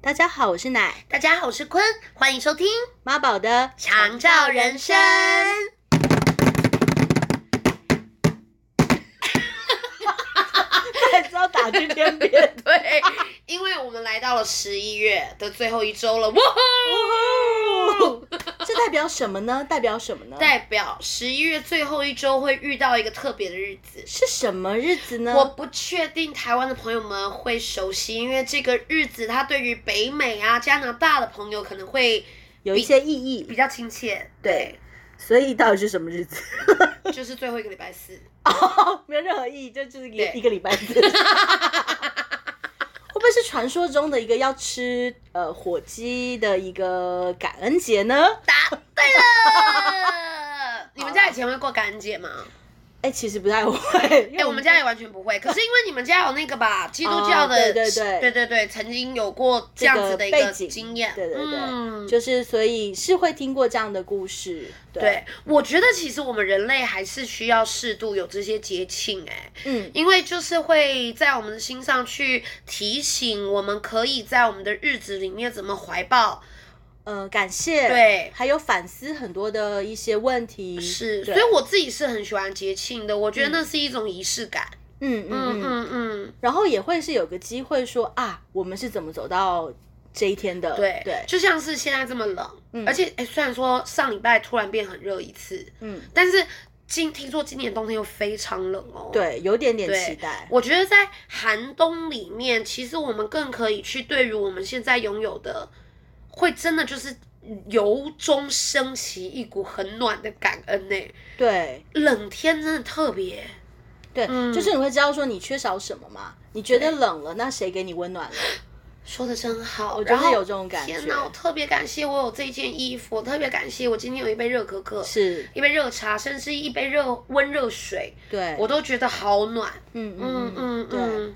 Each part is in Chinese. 大家好，我是奶大家好，我是坤，欢迎收听《妈宝的长照人 生》。还是要打去天边。 对，因为我们来到了十一月的最后一周了，哇吼！这代表什么呢？代表什么呢？代表十一月最后一周会遇到一个特别的日子。是什么日子呢？我不确定台湾的朋友们会熟悉，因为这个日子它对于北美啊、加拿大的朋友可能会有一些意比义，较亲切。对，所以到底是什么日子？就是最后一个礼拜 四。哦没有任何意义，这就是一对一个礼拜四。 会不会是传说中的一个要吃呃火鸡的一个感恩节呢？答对了。你们家以前会过感恩节吗？哎、其实不太会，因哎、为我们家也完全不会。可是因为你们家有那 个吧，基督教的，对对哦对对对对曾经有过这样子的一这个个背景经验，对对对嗯，就是所以是会听过这样的故事，对，对，我觉得其实我们人类还是需要适度有这些节庆，哎，嗯，因为就是会在我们的心上去提醒我们，可以在我们的日子里面怎么怀抱，呃，感谢，，对。还有反思很多的一些问题，是，嗯对所以我自己是很喜欢节庆的，我觉得那是一种仪式感。嗯嗯嗯嗯，嗯嗯，然后也会是有个机会说啊，我们是怎么走到这一天的，对对，就像是现在这么冷，嗯而且哎、虽然说上礼拜突然变很热一次，嗯，但是今听说今年冬天又非常冷哦。，对，有点点对期待，我觉得在寒冬里面，其实我们更可以去对于我们现在拥有的，会真的就是由中升起一股很暖的感恩呢、对，冷天真的特别，对，嗯就是你会知道说你缺少什么嘛？你觉得对冷了，那谁给你温暖了？说的真好。我就是然后有这种感觉天哪，我特别感谢我有这件衣服，我特别感谢我今天有一杯热可可。是，一杯热茶，甚至一杯热温热水，对，我都觉得好暖。嗯嗯嗯对嗯，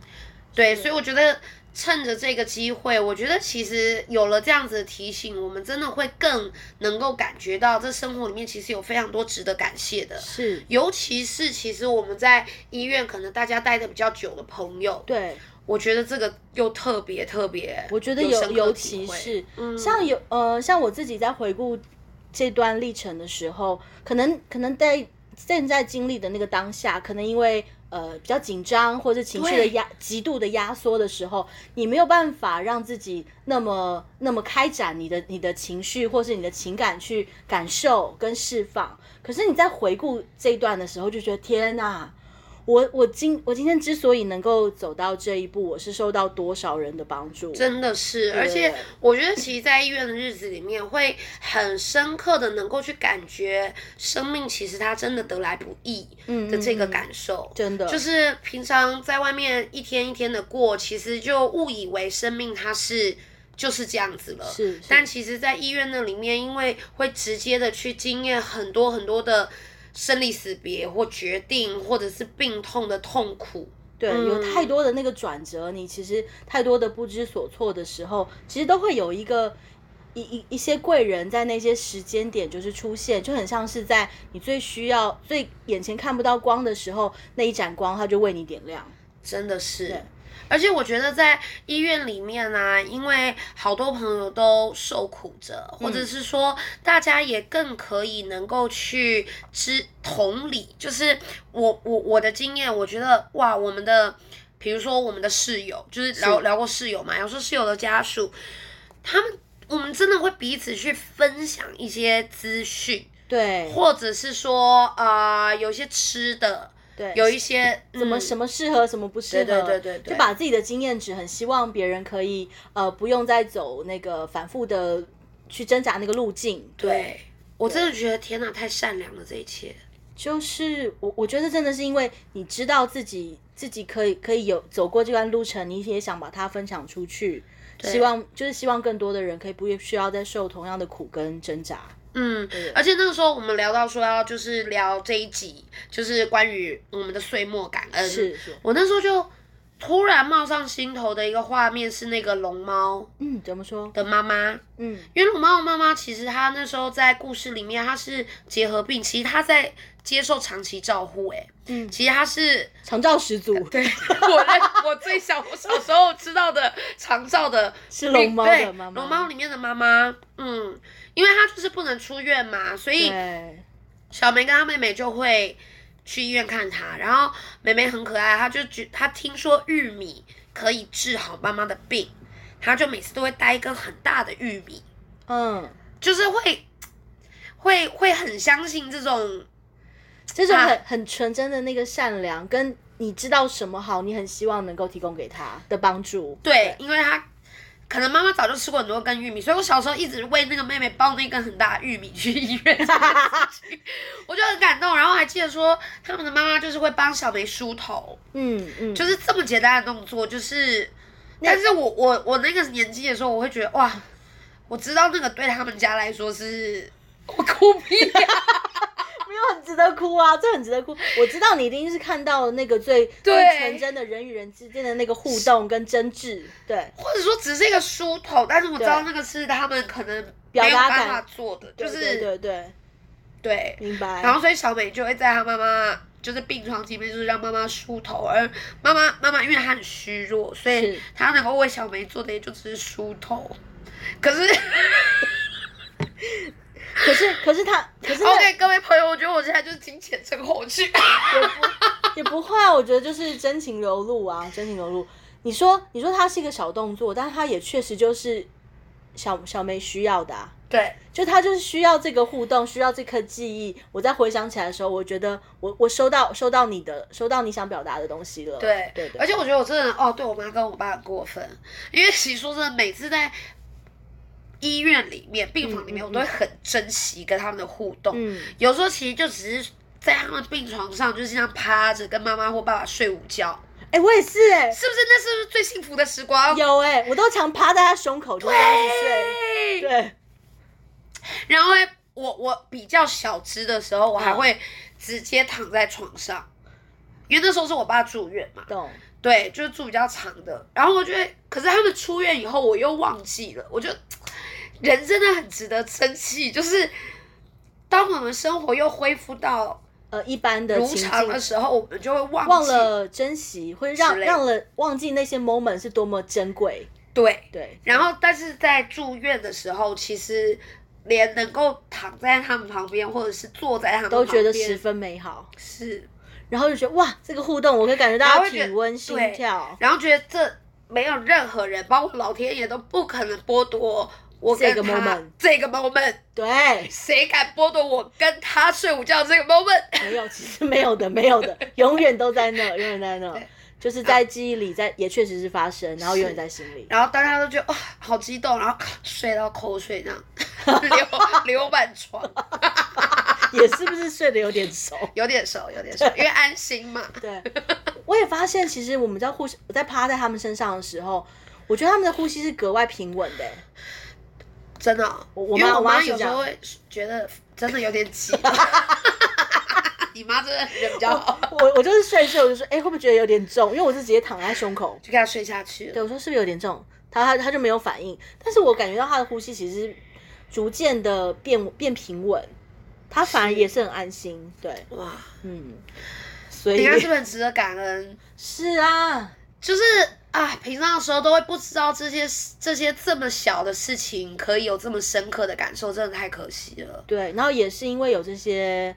对，所以我觉得趁着这个机会，我觉得其实有了这样子的提醒，我们真的会更能够感觉到这生活里面其实有非常多值得感谢的，是，尤其是其实我们在医院可能大家待的比较久的朋友，对，我觉得这个又特别特别，我觉得有有深刻尤体其会是嗯像有呃，像我自己在回顾这段历程的时候，可能可能在现在经历的那个当下，可能因为呃比较紧张或者情绪的对压极度的压缩的时候，你没有办法让自己那么那么开展你的你的情绪或是你的情感去感受跟释放。可是你在回顾这一段的时候，就觉得天呐，我我今我今天之所以能够走到这一步，我是受到多少人的帮助？真的是，而且我觉得其实，在医院的日子里面，会很深刻的能够去感觉生命其实它真的得来不易嗯的这个嗯嗯感受。真的就是平常在外面一天一天的过，其实就误以为生命它是就是这样子了。是是但其实，在医院那里面，因为会直接的去经验很多很多的生离死别或决定，或者是病痛的痛苦。对，嗯有太多的那个转折，你其实太多的不知所措的时候，其实都会有一个一一一些贵人在那些时间点就是出现，就很像是在你最需要、最眼前看不到光的时候，那一盏光它就为你点亮。真的是对。而且我觉得在医院里面啊，因为好多朋友都受苦着，或者是说大家也更可以能够去知同理。就是我我我的经验，我觉得哇，我们的比如说我们的室友，就是聊是聊过室友嘛，有时候室友的家属，他们我们真的会彼此去分享一些资讯，对或者是说啊、呃有一些吃的，对，有一些什么嗯什么适合，什么不适合，对对对对对就把自己的经验值，很希望别人可以呃不用再走那个反复的去挣扎那个路径。对，我真的觉得天哪，太善良了这一切。就是我，我觉得真的是因为你知道自己自己可以可以有走过这段路程，你也想把它分享出去，希望就是希望更多的人可以不需要再受同样的苦跟挣扎。嗯，而且那个时候我们聊到说要就是呃聊这一集，就是关于我们的岁末感恩。是是我那时候就突然冒上心头的一个画面是那个龙猫嗯，怎么说？的妈妈，嗯因为龙猫的妈妈其实她那时候在故事里面她是结核病，其实她在接受长期照护，哎，嗯，其实她是 长照十足，对我在我最小我小时候知道的长照的是龙猫的对妈妈龙猫里面的妈妈，嗯，因为她就是不能出院嘛，所以对，小梅跟她妹妹就会去医院看她，然后妹妹很可爱，她就觉她听说玉米可以治好妈妈的病，她就每次都会带一根很大的玉米，嗯，就是会会会很相信这种这种啊很很纯真的那个善良，跟你知道什么好，你很希望能够提供给他的帮助。对，，因为她可能妈妈早就吃过很多根玉米，所以我小时候一直为那个妹妹抱那根很大的玉米去医院这 件事情，我就很感动。然后还记得说，他们的妈妈就是会帮小梅梳头，嗯嗯，就是是这么简单的动作，就是。那但是我我我那个年纪的时候，我会觉得哇，我知道那个对他们家来说是我哭屁啊呀、 没有 很值得哭啊，这很值得哭。我知道你一定是看到那个最最对纯真的人与人之间的那个互动跟争执，对，或者说只是一个梳头，但是我知道对那个是他们可能表没有达办感法做的，就对是对对对，对明白。然后所以小美就会在她妈妈就是病床前面，就是让妈妈梳头，而妈妈妈妈因为她很虚弱，所以是她能够为小梅做的也就只是梳头。可是可是可是他可是那，OK，各位朋友，我觉得我现在就是金钱症候群。 也不 会啊，我觉得就是真情流露啊，真情流露。你说，你说它是一个小动作，但它也确实就是小小梅需要的、啊，对，就她就是需要这个互动，需要这颗记忆。我在回想起来的时候，我觉得我我收到收到你的，收到你想表达的东西了。对对对，而且我觉得我真的哦，对我妈跟我爸很过分，因为其实说真的，每次在医院里面、病房里面，嗯嗯我都会很珍惜跟他们的互动。嗯有时候其实就只是在他们病床上，就是这样趴着跟妈妈或爸爸睡午觉，哎、我也是哎、是不是？那是不是最幸福的时光？有哎、我都常趴在他胸口就开始睡。对对，然后会我我比较小只的时候，我还嗯会直接躺在床上，因为那时候是我爸住院嘛，懂。对，就是住比较长的。然后我觉得，可是他们出院以后，我又忘记了。我就人真的很值得珍惜，就是当我们生活又恢复到呃，一般的如情境常的时候，我们就会忘记。忘了珍惜，会让之类的让了忘记那些 moment 是多么珍贵。对，对，然后但是在住院的时候，其实连能够躺在他们旁边，或者是坐在他们都觉得旁边十分美好，是，然后就觉得哇，这个互动我可以感觉到然它后会觉得体温、心对跳，然后觉得这没有任何人，包括老天爷都不可能剥夺。我跟这个他 moment 这个 moment，对，谁敢剥夺我跟他睡午觉这个 moment？没有，其实没有的，没有的，永远都在那，永远在那对，啊就是在记忆里，在也确实是发生，然后是永远在心 里。然后大家都觉得哇、哦好激动，然后睡到口水这样 流流满床，也是不是睡得有点熟？有点熟，有点熟，因为安心嘛。对，我也发现，其实我们在呼吸，我在趴在他们身上的时候，我觉得他们的呼吸是格外平稳的、欸真的哦、我我因为妈我我妈妈是有这时样候会觉得真的有点 挤。你妈真的人比较好，我我就是睡一睡，我就说，哎、会不会觉得有点重？因为我是直接躺在胸口，就给她睡下去对，了。我说是不是有点重？他他他就没有反应，但是我感觉到他的呼吸其实逐渐的变变平稳，他反而也是很安心。对，哇，嗯，所以你看是不是很值得感恩？是啊，就是啊，平常的时候都会不知道这些这些这么小的事情可以有这么深刻的感受，真的太可惜了。对，然后也是因为有这些，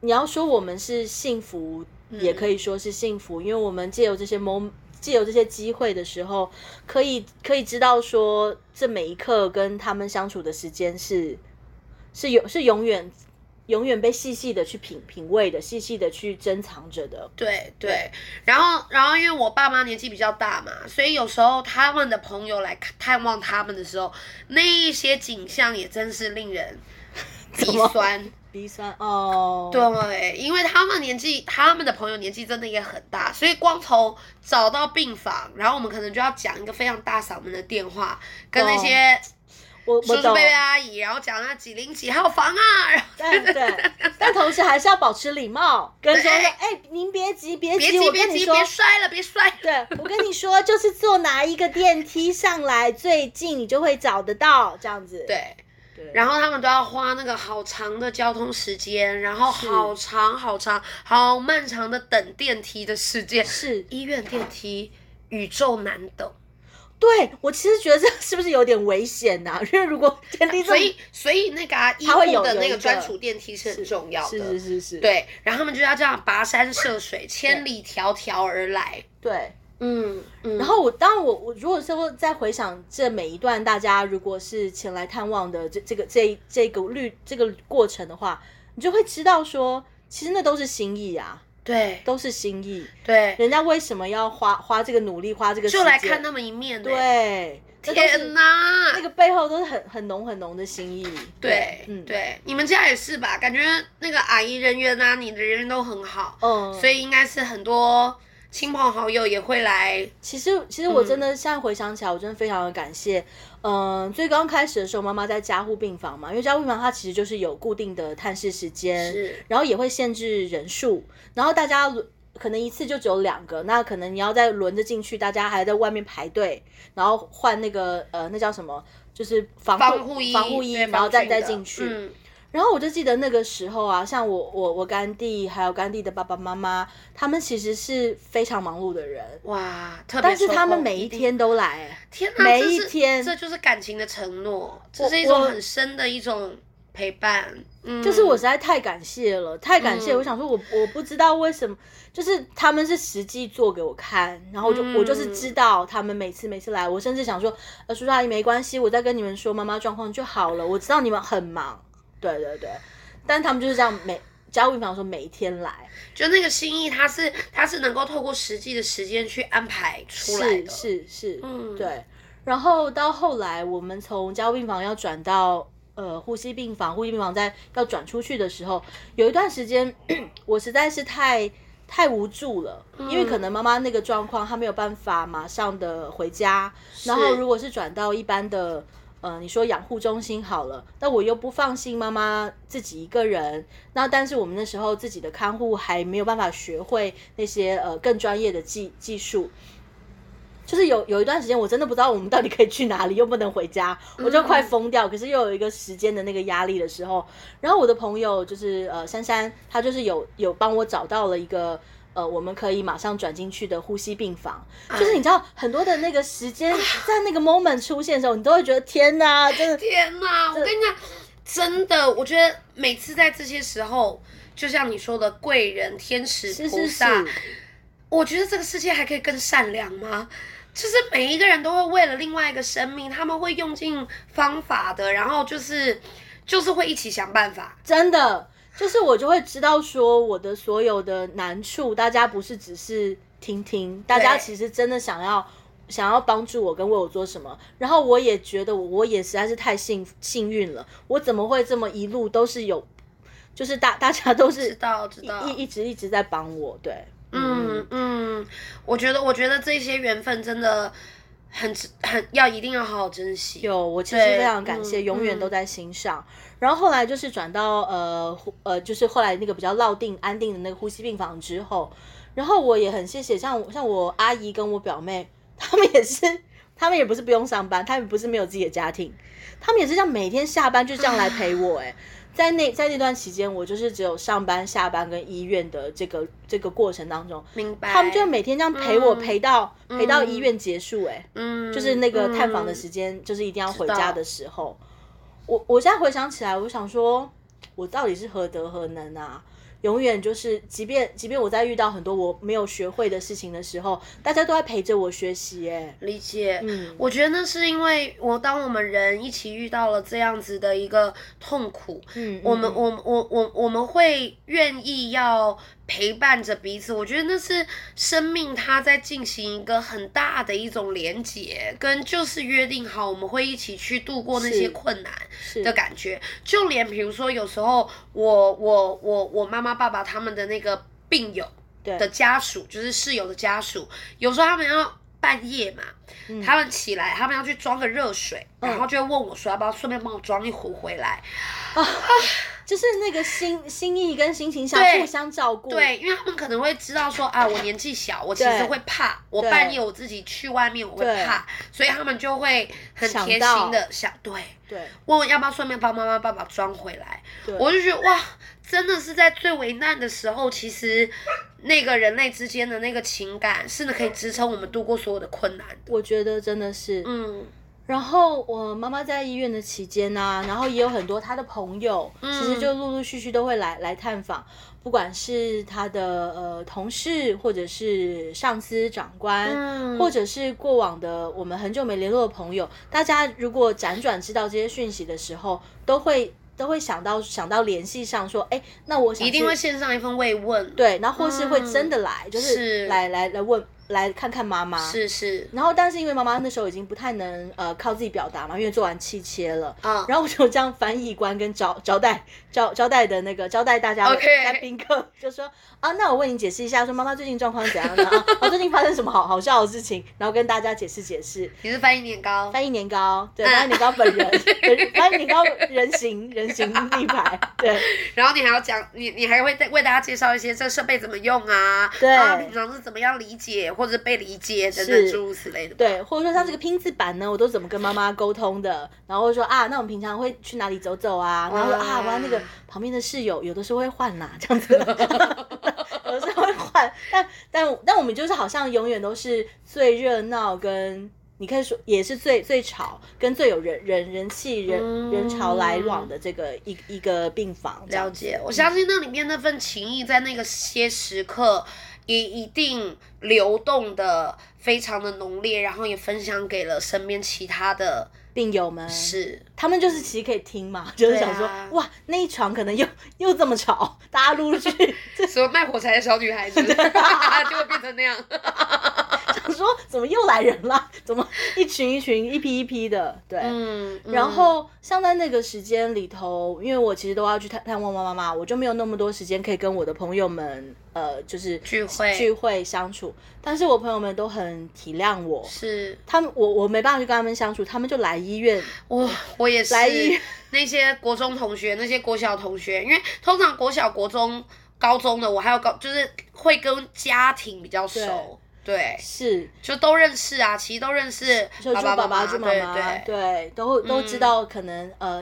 你要说我们是幸福，也嗯可以说是幸福，因为我们借由这些 mom 借由这些机会的时候，可以可以知道说，这每一刻跟他们相处的时间是是永是永远永远被细细的去品品味的，细细的去珍藏着的。对对，然后然后因为我爸妈年纪比较大嘛，所以有时候他们的朋友来看探望他们的时候，那一些景象也真是令人 鼻么酸。鼻酸哦，，对，因为他们年纪，他们的朋友年纪真的也很大，所以光从找到病房，然后我们可能就要讲一个非常大嗓门的电话，跟那懂些我啊我叔叔懂伯。伯阿姨，然后讲那几零几号房啊，然后对 对，但同时还是要保持礼貌，跟说对哎，您别急，别别急，急我别跟你急，说，别摔了，别摔了。对我跟你说，就是坐哪一个电梯上来最近，你就会找得到这样子。对，对，然后他们都要花那个好长的交通时间，然后是好长好长好漫长的等电梯的时间。是医院电梯宇宙难等，对我其实觉得这是不是有点危险呐、因为如果电梯这么所以所以那个、啊、医它会有护的那有一个个专属电梯是很重要的。是是是是，对，然后他们就要这样跋山涉水，千里迢迢而来。对。嗯嗯，然后我当然我我如果说再回想这每一段，大家如果是前来探望的这这个这这个律这个过程的话，你就会知道说，其实那都是心意啊，对都是心意。对，人家为什么要花花这个努力，花这个时就间来看他们一面、欸。对，这都天是哪！那个背后都是很很浓很浓的心意。对，嗯，，对，你们家也是吧？感觉那个阿姨人员啊，你的人员都很好，嗯，所以应该是很多亲朋好友也会来。其实，其实我真嗯的现在回想起来，我真的非常的感谢。嗯、最刚开始的时候，妈妈在加护病房嘛，因为加护病房它其实就是有固定的探视时间，是，然后也会限制人数，然后大家轮可能一次就只有两个，那可能你要再轮着进去，大家还在外面排队，然后换那个呃，那叫什么？就是防护防护衣，防护衣，对然后再防菌再的进去。嗯，然后我就记得那个时候啊，像我我我干弟还有干弟的爸爸妈妈，他们其实是非常忙碌的人，哇，特别但是抽他们空每一定天都来、天哪，每这一是天这就是感情的承诺，这我是一种我很深的一种陪伴。嗯，就是我实在太感谢了，太感谢！嗯我想说我，我不知道为什么，就是他们是实际做给我看，然后我就、嗯我就是知道他们每次每次来，我甚至想说，呃，叔叔阿姨没关系，我再跟你们说妈妈状况就好了，我知道你们很忙，对对对，但他们就是这样每家务病房说每一天来，就那个心意，它是它是能够透过实际的时间去安排出来是的。，是是，嗯，对，然后到后来，我们从加护病房要转到呃呼吸病房，呼吸病房在要转出去的时候，有一段时间 我实在是太太无助了，嗯因为可能妈妈那个状况，她没有办法马上的回家，然后是如果是转到一般的。呃，你说养护中心好了，那我又不放心妈妈自己一个人。那但是我们那时候自己的看护还没有办法学会那些呃更专业的技技术，就是有有一段时间，我真的不知道我们到底可以去哪里，又不能回家，我就嗯快疯掉。可是又有一个时间的那个压力的时候，然后我的朋友就是呃珊珊，她就是有有帮我找到了一个呃我们可以马上转进去的呼吸病房，哎就是你知道很多的那个时啊间在那个 moment 出现的时候，你都会觉得天哪，真的天哪！我跟你讲，真的，我觉得每次在这些时候，就像你说的，贵人、天使、是菩是是萨，，我觉得这个世界还可以更善良吗？就是每一个人都会为了另外一个生命，他们会用尽方法的，然后就是就是会一起想办法。真的就是我就会知道说我的所有的难处，大家不是只是听听，大家其实真的想要想要帮助我跟为我做什么。然后我也觉得我我也实在是太幸幸运了，我怎么会这么一路都是有，就是大大家都知是道，知道。一一直一直在帮我，对，嗯嗯，我觉得，我觉得这些缘分真的很值很要一定要好好珍惜。有，我其实对非常感谢，嗯永远嗯都在心上。然后后来就是转到呃呼呃，就是后来那个比较落定安定的那个呼吸病房之后，然后我也很谢谢，像我像我阿姨跟我表妹，她们也是，她们也不是不用上班，她们不是没有自己的家庭，她们也是这样每天下班就这样来陪我、啊哎。在那在那段期间，我就是只有上班、下班跟医院的这个这个过程当中，明白。他们就每天这样陪我，嗯陪到、陪到医嗯院结束、哎，嗯，就是那个探访的嗯时间，就是一定要回家的时候，我我现在回想起来，我想说，我到底是何德何能啊？永远就是，即便即便我在遇到很多我没有学会的事情的时候，大家都在陪着我学习、哎，理解，嗯我觉得那是因为我当我们人一起遇到了这样子的一个痛苦，嗯，我们嗯我我我我们会愿意要陪伴着彼此，我觉得那是生命它在进行一个很大的一种连结，跟就是约定好我们会一起去度过那是些困难是的感觉，就连比如说有时候我我我我妈妈爸爸他们的那个病友，对的家属，就是室友的家属，有时候他们要半夜嘛，嗯他们起来，他们要去装个热水，然后就会问我说要不要顺便帮我装一壶回来。就是那个心心意跟心情上对互相照顾，对，因为他们可能会知道说啊，我年纪小，我嗯其对实会怕，我对半夜我自己去外面我会对怕，所以他们就会很想贴到心的想对。对问我要不要顺便帮妈妈爸爸装回来，对我就觉得哇，真的是在最危难的时候，其实那个人类之间的那个情感是可以支撑我们度过所有的困难的。我觉得真的是，嗯，然后我妈妈在医院的期间呢、然后也有很多她的朋友，其实嗯就陆陆续续都会来来探访，不管是她的呃同事，或者是上司、长官，嗯或者是过往的我们很久没联络的朋友，大家如果辗转知道这些讯息的时候，都会都会想到想到联系上说，哎，那我想一定去会嗯献上一份慰问。，对，然后或是会真的来，就是是来来来问来看看妈妈，是是，然后，但是因为妈妈那时候已经不太能呃靠自己表达嘛，因为做完气切了，嗯然后我就这样翻译官跟招 招待招招待的那个招待大家的 OK 来宾客，就说啊，那我为你解释一下，说妈妈最近状况怎样呢？啊， 啊最近发生什么好好笑的事情，然后跟大家解释解释。你是翻译年糕，翻译年糕，对，翻译年糕本人，人 翻译年糕人形人形立牌，对，然后你还要讲，你你还会再为大家介绍一些这设备怎么用啊，对啊，平常是怎么样理解或者被理解等是等诸如此类的。，对，或者说像这嗯个拼字板呢，我都怎么跟妈妈沟通的？然后说啊，那我们平常会去哪里走走啊？然后说啊，哇哇，那个旁边的室友有的时候会换啦、 这样子，有的时候会换。但但但我们就是好像永远都是最热闹跟。你可以说也是最最吵，跟最有人人人气人、嗯人潮来往的这个一一个病房这样了子，嗯解，我相信那里面那份情谊在那个些时刻也一定流动的非常的浓烈，然后也分享给了身边其他的病友们事。他们就是其实可以听嘛，就是想说、对啊哇那一床可能又又这么吵，大家陆陆续续 所有卖火柴的小女孩 子，就会变成那样。想说怎么又来人了？ 怎么一群一群、一批一批的？对。嗯，嗯然后像在那个时间里头，因为我其实都要去探探望妈妈妈，我就没有那么多时间可以跟我的朋友们，呃，就是聚会聚会相处。但是我朋友们都很体谅我，是他们我我没办法去跟他们相处，他们就来医院。我我也是来一那些国中同学，那些国小同学，因为通常国小、国中、高中的，我还有高，就是会跟家庭比较熟，对，是，就都认识啊，其实都认识就爸住爸爸爸妈住妈对妈，对。嗯对，都都知道可能、呃，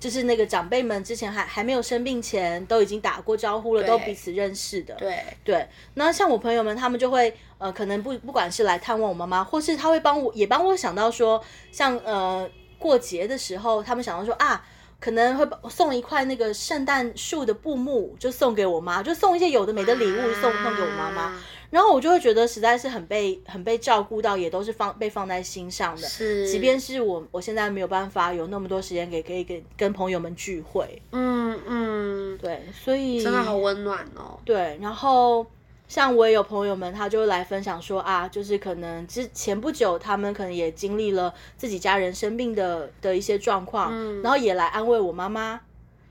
就是那个长辈们之前还还没有生病前都已经打过招呼了，对都彼此认识的。对，对，那像我朋友们，他们就会呃，可能不不管是来探望我妈妈，或是他会帮我也帮我想到说，像呃过节的时候，他们想到说啊，可能会把送一块那个圣诞树的布幕，就送给我妈，就送一些有的没的礼物送送给我妈妈。啊，然后我就会觉得实在是很被很被照顾到，也都是放被放在心上的。是，即便是我我现在没有办法有那么多时间给可以跟跟朋友们聚会，嗯嗯，对，所以真的好温暖哦。对，然后像我也有朋友们，他就会来分享说啊，就是可能之前不久，他们可能也经历了自己家人生病的的一些状况，嗯然后也来安慰我妈妈。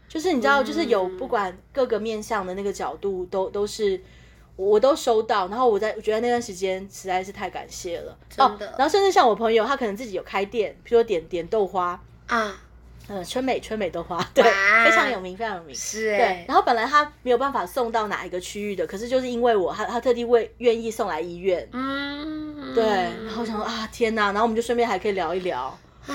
就是你知道，就是有嗯不管各个面向的那个角度，都都是我我都收到。然后我在我觉得那段时间实在是太感谢了哦真的。然后甚至像我朋友，他可能自己有开店，比如说点点豆花，啊，嗯，春美春美豆花，对，哇非常有名，非常有名。是对哎，，然后本来他没有办法送到哪一个区域的，可是就是因为我，他他特地为愿意送来医院。嗯，对，然后我想说啊，天哪！然后我们就顺便还可以聊一聊，啊，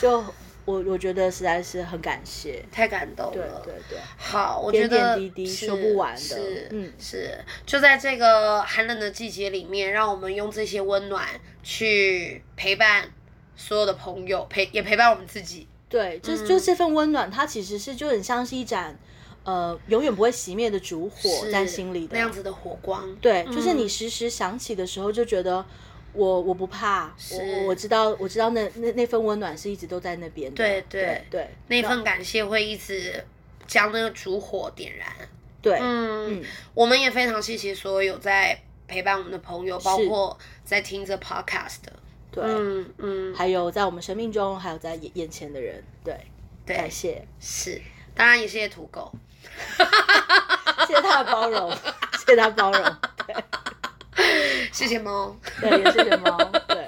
就我我觉得实在是很感谢。太感动对了。对对，好，我点觉点得滴滴是说不完的是，嗯是，就在这个寒冷的季节里面，让我们用这些温暖去陪伴所有的朋友，陪也陪伴我们自己。对，就就这份温暖，它其实是就很像是一盏呃永远不会熄灭的烛火是在心里的那样子的火光，对，就是嗯你时时想起的时候，就觉得我我不怕，我我是我知道我知道那那那份温暖是一直都在那边的。对对对对，那份感谢会一直将那个烛火点燃。对，嗯，嗯我们也非常谢谢所有在陪伴我们的朋友，包括在听这 podcast 的。对，嗯嗯，还有在我们生命中，还有在眼眼前的人，对，感对，谢，是，当然也谢谢土狗。 谢谢他的包容，谢谢他包容，对，谢谢猫。对，也谢谢猫。 对，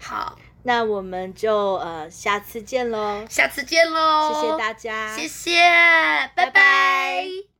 好，那我们就呃下次见喽，下次见喽，谢谢大家，谢谢，拜拜拜拜